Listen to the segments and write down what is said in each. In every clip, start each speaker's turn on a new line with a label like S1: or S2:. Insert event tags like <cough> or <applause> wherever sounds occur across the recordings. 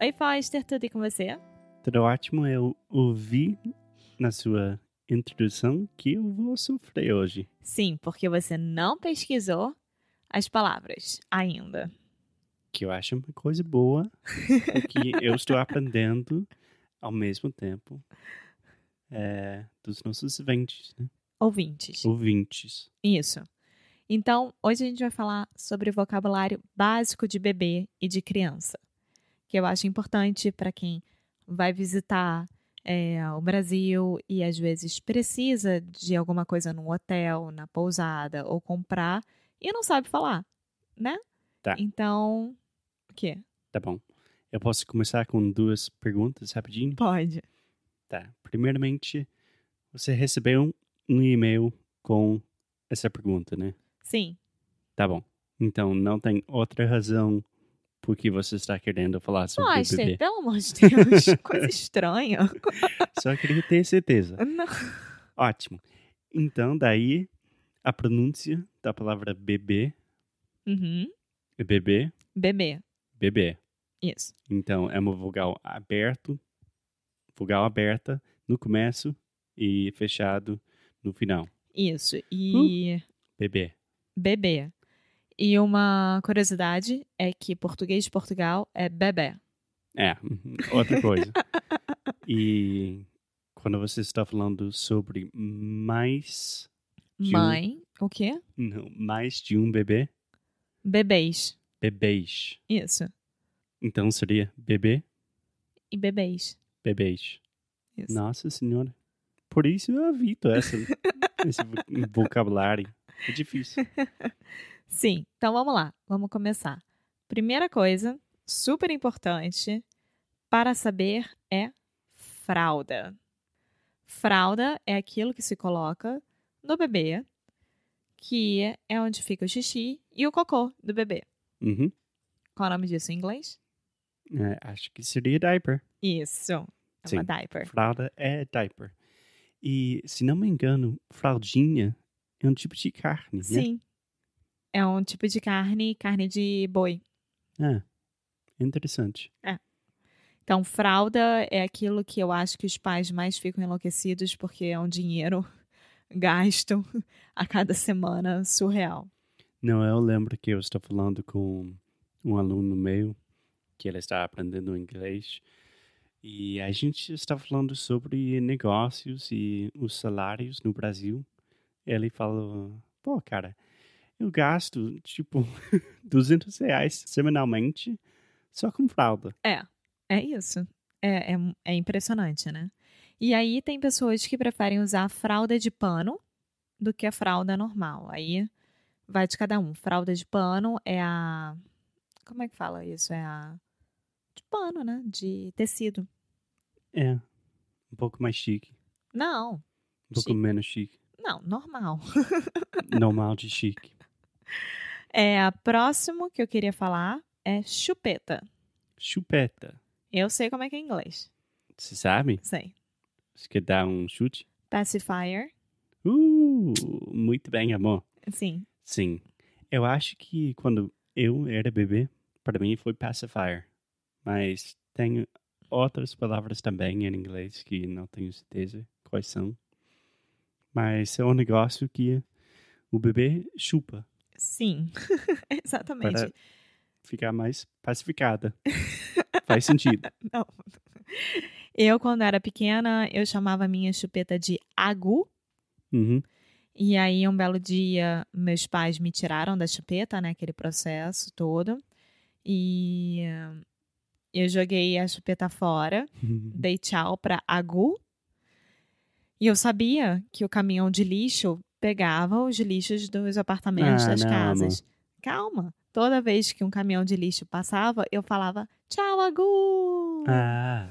S1: Oi, Foster, tudo e com você?
S2: Tudo ótimo. Eu ouvi na sua introdução que eu vou sofrer hoje.
S1: Sim, porque você não pesquisou as palavras ainda.
S2: que eu acho uma coisa boa, porque eu estou aprendendo ao mesmo tempo é, dos nossos ventes, né?
S1: Ouvintes.
S2: ouvintes.
S1: Isso. Então, hoje a gente vai falar sobre o vocabulário básico de bebê e de criança, que eu acho importante para quem vai visitar é, o Brasil e às vezes precisa de alguma coisa num hotel, na pousada ou comprar e não sabe falar, né?
S2: Tá.
S1: Então, o quê?
S2: Tá bom. Eu posso começar com duas perguntas rapidinho?
S1: Pode.
S2: Tá. Primeiramente, você recebeu um e-mail com essa pergunta, né?
S1: Sim.
S2: Tá bom. Então, não tem outra razão por que você está querendo falar sobre o
S1: Foster,
S2: bebê.
S1: pelo amor de
S2: <laughs>
S1: Deus, coisa estranha.
S2: Só queria ter certeza.
S1: Não.
S2: Ótimo. Então, daí, a pronúncia da palavra bebê
S1: Uhum.
S2: é bebê,
S1: Bebê.
S2: bebê.
S1: Isso.
S2: Então, é uma vogal aberto, vogal aberta no começo e fechado no final.
S1: Isso. E.
S2: Uh. Bebê.
S1: bebê. E uma curiosidade é que português de Portugal é bebê.
S2: É, outra coisa. e quando você está falando sobre mais, De um-
S1: Mãe, o quê?
S2: não, mais de um bebê,
S1: Bebês.
S2: bebês.
S1: Isso.
S2: Então, seria bebê,
S1: E bebês.
S2: bebês.
S1: Isso.
S2: Nossa senhora. Por isso eu evito essa, esse vo- vocabulário. É difícil.
S1: Sim. Então vamos lá. Vamos começar. Primeira coisa, super importante para saber é fralda. Fralda é aquilo que se coloca no bebê, que é onde fica o xixi e o cocô do bebê.
S2: Uhum.
S1: Qual é o nome disso em inglês?
S2: É, acho que seria diaper.
S1: Isso. É
S2: Sim.
S1: uma diaper.
S2: Fralda é diaper. E, se não me engano, fraldinha é um tipo de carne, né?
S1: Sim. É um tipo de carne, carne de boi.
S2: É interessante.
S1: Então, fralda é aquilo que eu acho que os pais mais ficam enlouquecidos porque é um dinheiro <laughs> gasto a cada semana surreal.
S2: Não, eu lembro que eu estou falando com um aluno meu, que ele está aprendendo inglês, e a gente está falando sobre negócios e os salários no Brasil. Ele falou, pô, cara, eu gasto, tipo, <laughs> 200 reais semanalmente só com fralda.
S1: É isso. É, é, é impressionante, né? E aí tem pessoas que preferem usar a fralda de pano do que a fralda normal. Aí vai de cada um. Fralda de pano é a. Como é que fala isso? É a. De pano, né? De tecido.
S2: É, um pouco mais chique,
S1: Não,
S2: um pouco
S1: Chique.
S2: menos chique,
S1: Não, normal.
S2: normal de chique.
S1: É, a próximo que eu queria falar é chupeta.
S2: Chupeta,
S1: Eu sei como é que é em inglês.
S2: você sabe?
S1: Sei.
S2: Você quer dar um chute?
S1: Pacifier.
S2: Uh, muito bem, amor.
S1: Sim.
S2: Sim. Eu acho que quando eu era bebê, para mim foi pacifier. Mas tem outras palavras também em inglês que não tenho certeza quais são. Mas é um negócio que o bebê chupa
S1: Sim. <laughs> Exatamente.
S2: para ficar mais pacificada.
S1: <laughs>
S2: Faz sentido.
S1: Não. Eu, quando era pequena, eu chamava a minha chupeta de agu
S2: Uhum.
S1: E aí, um belo dia, meus pais me tiraram da chupeta, né? Aquele processo todo. E eh, eu joguei a chupeta fora, dei tchau pra Agu. E eu sabia que o caminhão de lixo pegava os lixos dos apartamentos,
S2: Ah,
S1: das
S2: não,
S1: casas. Calma. Toda vez que um caminhão de lixo passava, eu falava, tchau, Agu!
S2: Ah,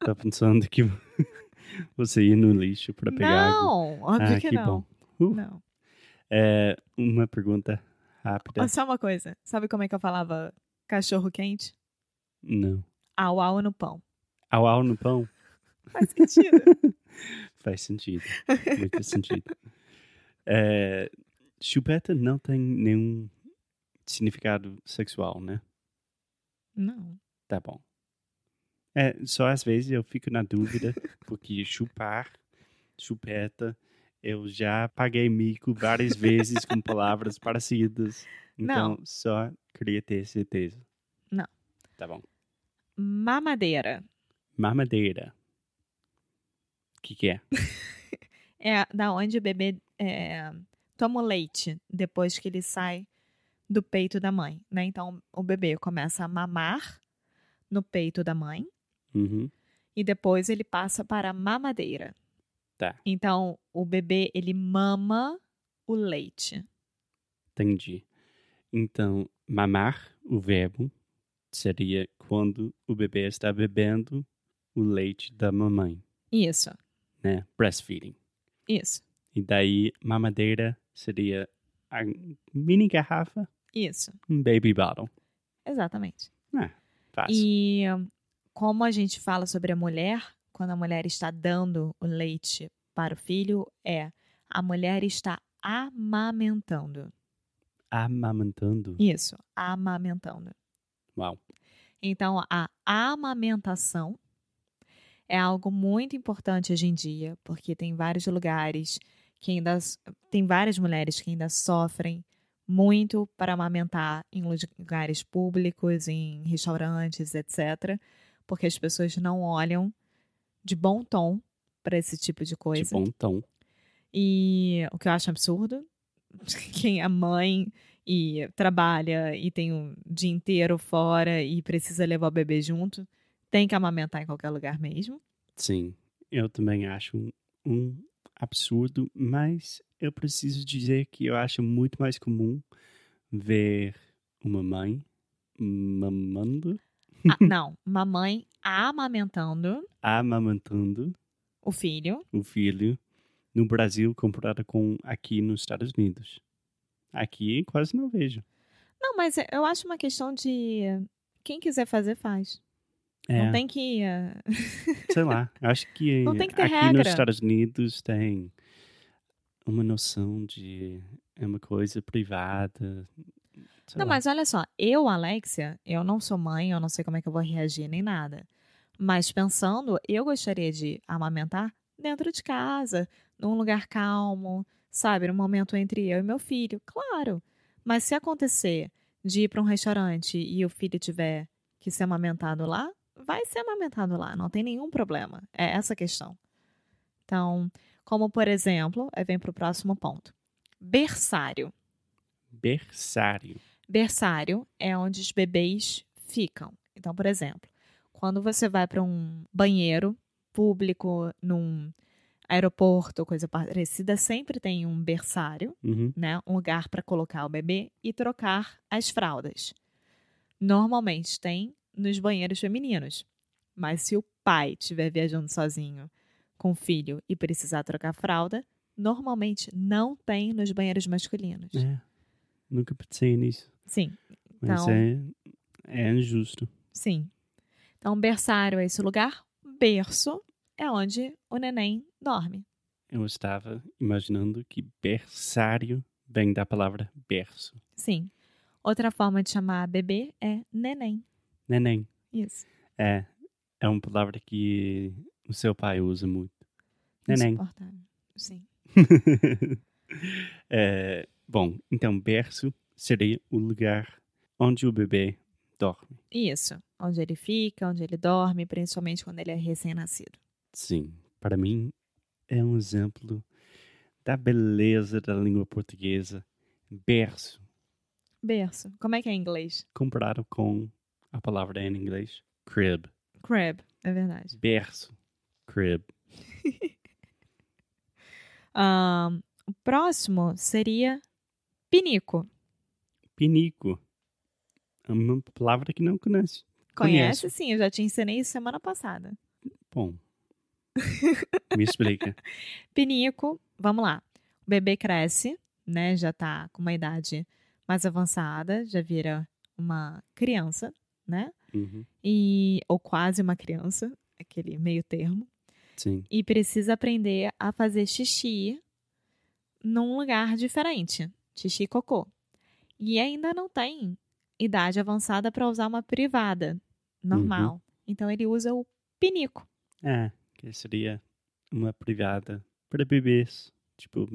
S2: tá pensando que <laughs> você ia no lixo pra pegar água.
S1: não, óbvio
S2: Ah,
S1: que,
S2: que
S1: não.
S2: bom. Uh.
S1: Não.
S2: É, uma pergunta rápida.
S1: Ó, Só uma coisa. Sabe como é que eu falava cachorro quente?
S2: Não.
S1: Au au no pão.
S2: Au au no pão?
S1: Faz sentido.
S2: <laughs> Faz sentido. Muito sentido. É, chupeta não tem nenhum significado sexual, né?
S1: não.
S2: Tá bom. É, só às vezes eu fico na dúvida, porque chupar, chupeta, eu já paguei mico várias vezes com palavras parecidas. Então, só queria ter certeza.
S1: Não.
S2: Tá bom.
S1: Mamadeira.
S2: Mamadeira. O que, que é?
S1: É da onde o bebê é, toma o leite depois que ele sai do peito da mãe. Né? Então o bebê começa a mamar no peito da mãe
S2: Uhum.
S1: e depois ele passa para a mamadeira.
S2: Tá.
S1: Então o bebê ele mama o leite.
S2: Entendi. Então, mamar, o verbo, seria quando o bebê está bebendo o leite da mamãe,
S1: Isso,
S2: né? Breastfeeding.
S1: isso,
S2: E daí, mamadeira seria a mini garrafa,
S1: isso.
S2: um baby bottle.
S1: Exatamente.
S2: Fácil.
S1: E como a gente fala sobre a mulher, quando a mulher está dando o leite para o filho, é a mulher está amamentando.
S2: Amamentando.
S1: Isso, amamentando.
S2: Uau.
S1: Então, a amamentação é algo muito importante hoje em dia, porque tem vários lugares que ainda s- tem várias mulheres que ainda sofrem muito para amamentar em lu- lugares públicos, em restaurantes, etc, porque as pessoas não olham de bom tom para esse tipo de coisa.
S2: De bom tom.
S1: E o que eu acho absurdo, <laughs> quem é mãe e trabalha e tem o dia inteiro fora e precisa levar o bebê junto, tem que amamentar em qualquer lugar mesmo.
S2: Sim. Eu também acho um- um absurdo, mas eu preciso dizer que eu acho muito mais comum ver uma mãe mamando,
S1: Ah, não, mamãe amamentando
S2: amamentando
S1: o filho.
S2: o filho no Brasil comparado com aqui nos Estados Unidos. Aqui quase não vejo.
S1: Não, mas eu acho uma questão de quem quiser fazer, faz. Não tem <laughs> que. eh,
S2: É, sei lá, acho que,
S1: Não tem que ter
S2: aqui nos
S1: regra.
S2: Estados Unidos tem uma noção de é uma coisa privada. sei
S1: Não,
S2: lá.
S1: mas olha só, eu, Alexia, eu não sou mãe, eu não sei como é que eu vou reagir nem nada. Mas pensando, eu gostaria de amamentar dentro de casa, num lugar calmo, sabe? Num momento entre eu e meu filho, claro. Mas se acontecer de ir para um restaurante e o filho tiver que ser amamentado lá, vai ser amamentado lá, não tem nenhum problema. É essa a questão. Então, como por exemplo, aí vem para o próximo ponto: berçário.
S2: Berçário.
S1: Berçário é onde os bebês ficam. Então, por exemplo, quando você vai para um banheiro público, num aeroporto, coisa parecida, sempre tem um berçário,
S2: Uhum.
S1: né? Um lugar para colocar o bebê e trocar as fraldas. Normalmente tem nos banheiros femininos. Mas se o pai estiver viajando sozinho com o filho e precisar trocar fralda, normalmente não tem nos banheiros masculinos.
S2: É. Nunca pensei nisso.
S1: Sim,
S2: Mas
S1: Então-
S2: é, é injusto.
S1: Sim. Então, berçário é esse lugar. Berço é onde o neném dorme.
S2: Eu estava imaginando que berçário vem da palavra berço.
S1: Sim. Outra forma de chamar bebê é neném.
S2: Neném.
S1: Isso.
S2: É. É uma palavra que o seu pai usa muito. <laughs> Neném.
S1: Insuportável. Sim.
S2: É, bom, então berço seria o lugar onde o bebê dorme.
S1: Isso. Onde ele fica, onde ele dorme, principalmente quando ele é recém-nascido.
S2: Sim, para mim é um exemplo da beleza da língua portuguesa. Berço.
S1: Berço. Como é que é em inglês?
S2: Comparado com a palavra em inglês, crib.
S1: Crib, é verdade.
S2: Berço. Crib.
S1: Ahn, o próximo seria pinico.
S2: Pinico. É uma palavra que não conhece.
S1: Conhece?
S2: Conheço.
S1: Sim, eu já te ensinei isso semana passada.
S2: Bom. Me explica.
S1: Pinico, vamos lá. O bebê cresce, né? Já tá com uma idade mais avançada, já vira uma criança, né?
S2: Uhum.
S1: E, ou quase uma criança, aquele meio termo.
S2: Sim.
S1: E precisa aprender a fazer xixi num lugar diferente. Xixi e cocô. E ainda não tem idade avançada para usar uma privada normal. Então ele usa o pinico.
S2: É, que seria uma privada para bebês. Tipo,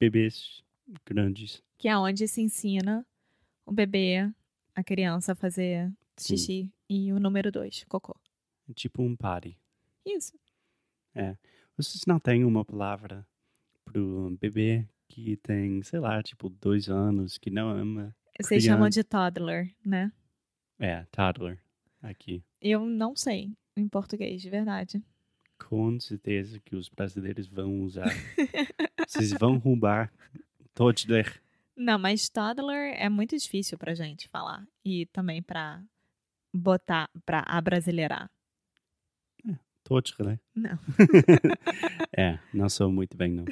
S2: bebês grandes.
S1: que é onde se ensina o bebê, a criança, a fazer
S2: Sim.
S1: xixi. E o número dois, cocô.
S2: É Tipo um party.
S1: Isso.
S2: Vocês não têm uma palavra para um bebê que tem, sei lá, tipo, dois anos, que não é uma.
S1: Vocês
S2: Criança.
S1: chamam de toddler, né?
S2: É, toddler. Aqui.
S1: Eu não sei em português, de verdade.
S2: Com certeza que os brasileiros vão usar. Vocês vão roubar er, toddler.
S1: Não, mas toddler é muito difícil pra gente falar. E também pra botar, pra abrasileirar.
S2: Toddler.
S1: Não.
S2: né? <laughs> é, não sou muito bem, não.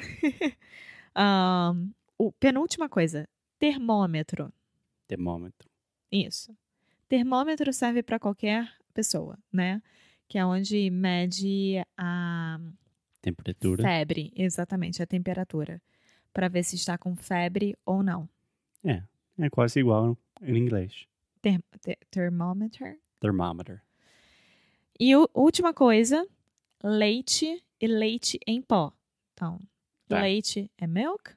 S1: Ahn, o, penúltima coisa, termômetro.
S2: Termômetro.
S1: Isso. Termômetro serve para qualquer pessoa, né? Que é onde mede a
S2: Temperatura.
S1: febre, exatamente, a temperatura, para ver se está com febre ou não.
S2: É quase igual em inglês.
S1: Ter te- termômetro.
S2: Thermometer.
S1: E o, última coisa, leite e leite em pó. Então,
S2: Tá.
S1: leite é milk,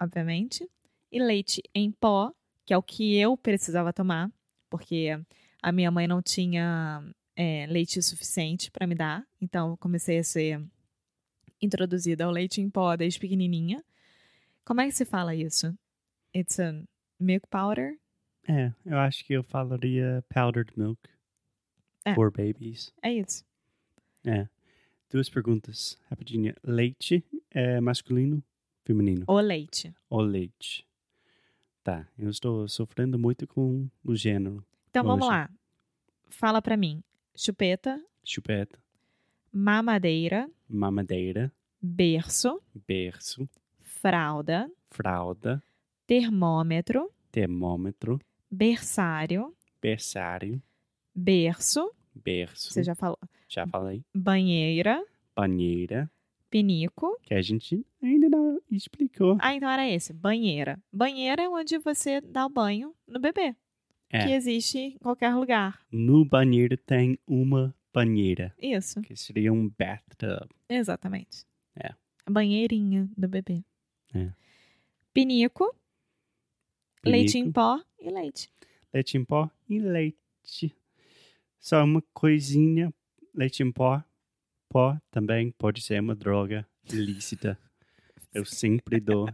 S1: obviamente, e leite em pó, que é o que eu precisava tomar, porque a minha mãe não tinha é, leite suficiente para me dar, então eu comecei a ser introduzida ao leite em pó desde pequenininha. Como é que se fala isso? It's a milk powder?
S2: É, eu acho que eu falaria powdered milk
S1: É.
S2: for babies.
S1: É isso.
S2: Duas perguntas, rapidinho. Leite é masculino, feminino?
S1: O leite.
S2: Ou leite? Tá, eu estou sofrendo muito com o gênero.
S1: Então vamos
S2: Hoje.
S1: lá. Fala para mim. Chupeta,
S2: Chupeta,
S1: mamadeira,
S2: mamadeira,
S1: berço,
S2: berço,
S1: fralda,
S2: fralda,
S1: termômetro,
S2: termômetro,
S1: berçário,
S2: berçário,
S1: berço,
S2: berço.
S1: você já falou,
S2: Já falei.
S1: banheira,
S2: Banheira,
S1: pinico.
S2: que a gente ainda não explicou.
S1: Ah, então era esse, banheira. Banheira é onde você dá o banho no bebê,
S2: É.
S1: que existe em qualquer lugar.
S2: No banheiro tem uma banheira,
S1: Isso,
S2: que seria um bathtub.
S1: exatamente.
S2: É.
S1: A banheirinha do bebê.
S2: É.
S1: Pinico, leite em
S2: Pinico,
S1: pó e leite.
S2: leite em pó e leite. Só uma coisinha, leite em pó. Pó também pode ser uma droga ilícita. Eu
S1: <laughs>
S2: sempre dou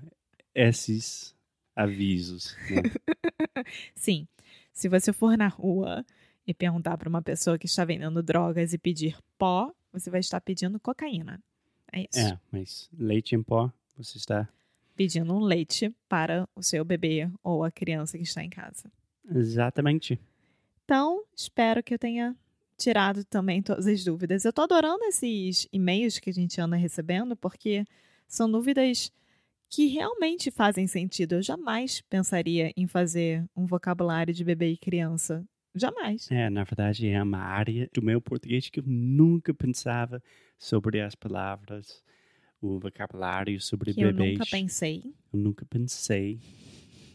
S2: esses avisos. né?
S1: Sim, se você for na rua e perguntar para uma pessoa que está vendendo drogas e pedir pó, você vai estar pedindo cocaína. É isso.
S2: É, mas leite em pó, você está
S1: Pedindo um leite para o seu bebê ou a criança que está em casa.
S2: exatamente.
S1: Então, espero que eu tenha tirado também todas as dúvidas. Eu tô adorando esses e-mails que a gente anda recebendo, porque são dúvidas que realmente fazem sentido. Eu jamais pensaria em fazer um vocabulário de bebê e criança. Jamais.
S2: É, na verdade, é uma área do meu português que eu nunca pensava sobre as palavras, o vocabulário sobre
S1: Que eu
S2: bebês.
S1: nunca pensei.
S2: Eu nunca pensei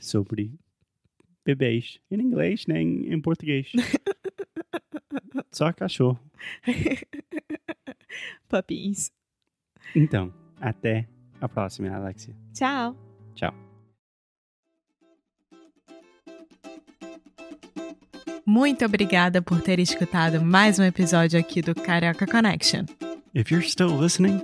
S2: sobre bebês em inglês nem em
S1: <laughs>
S2: português. Só cachorro.
S1: Puppies.
S2: Então, até a próxima, Alexia.
S1: Tchau!
S2: Tchau.
S1: Muito obrigada por ter escutado mais um episódio aqui do Carioca Connection.
S2: If you're still listening,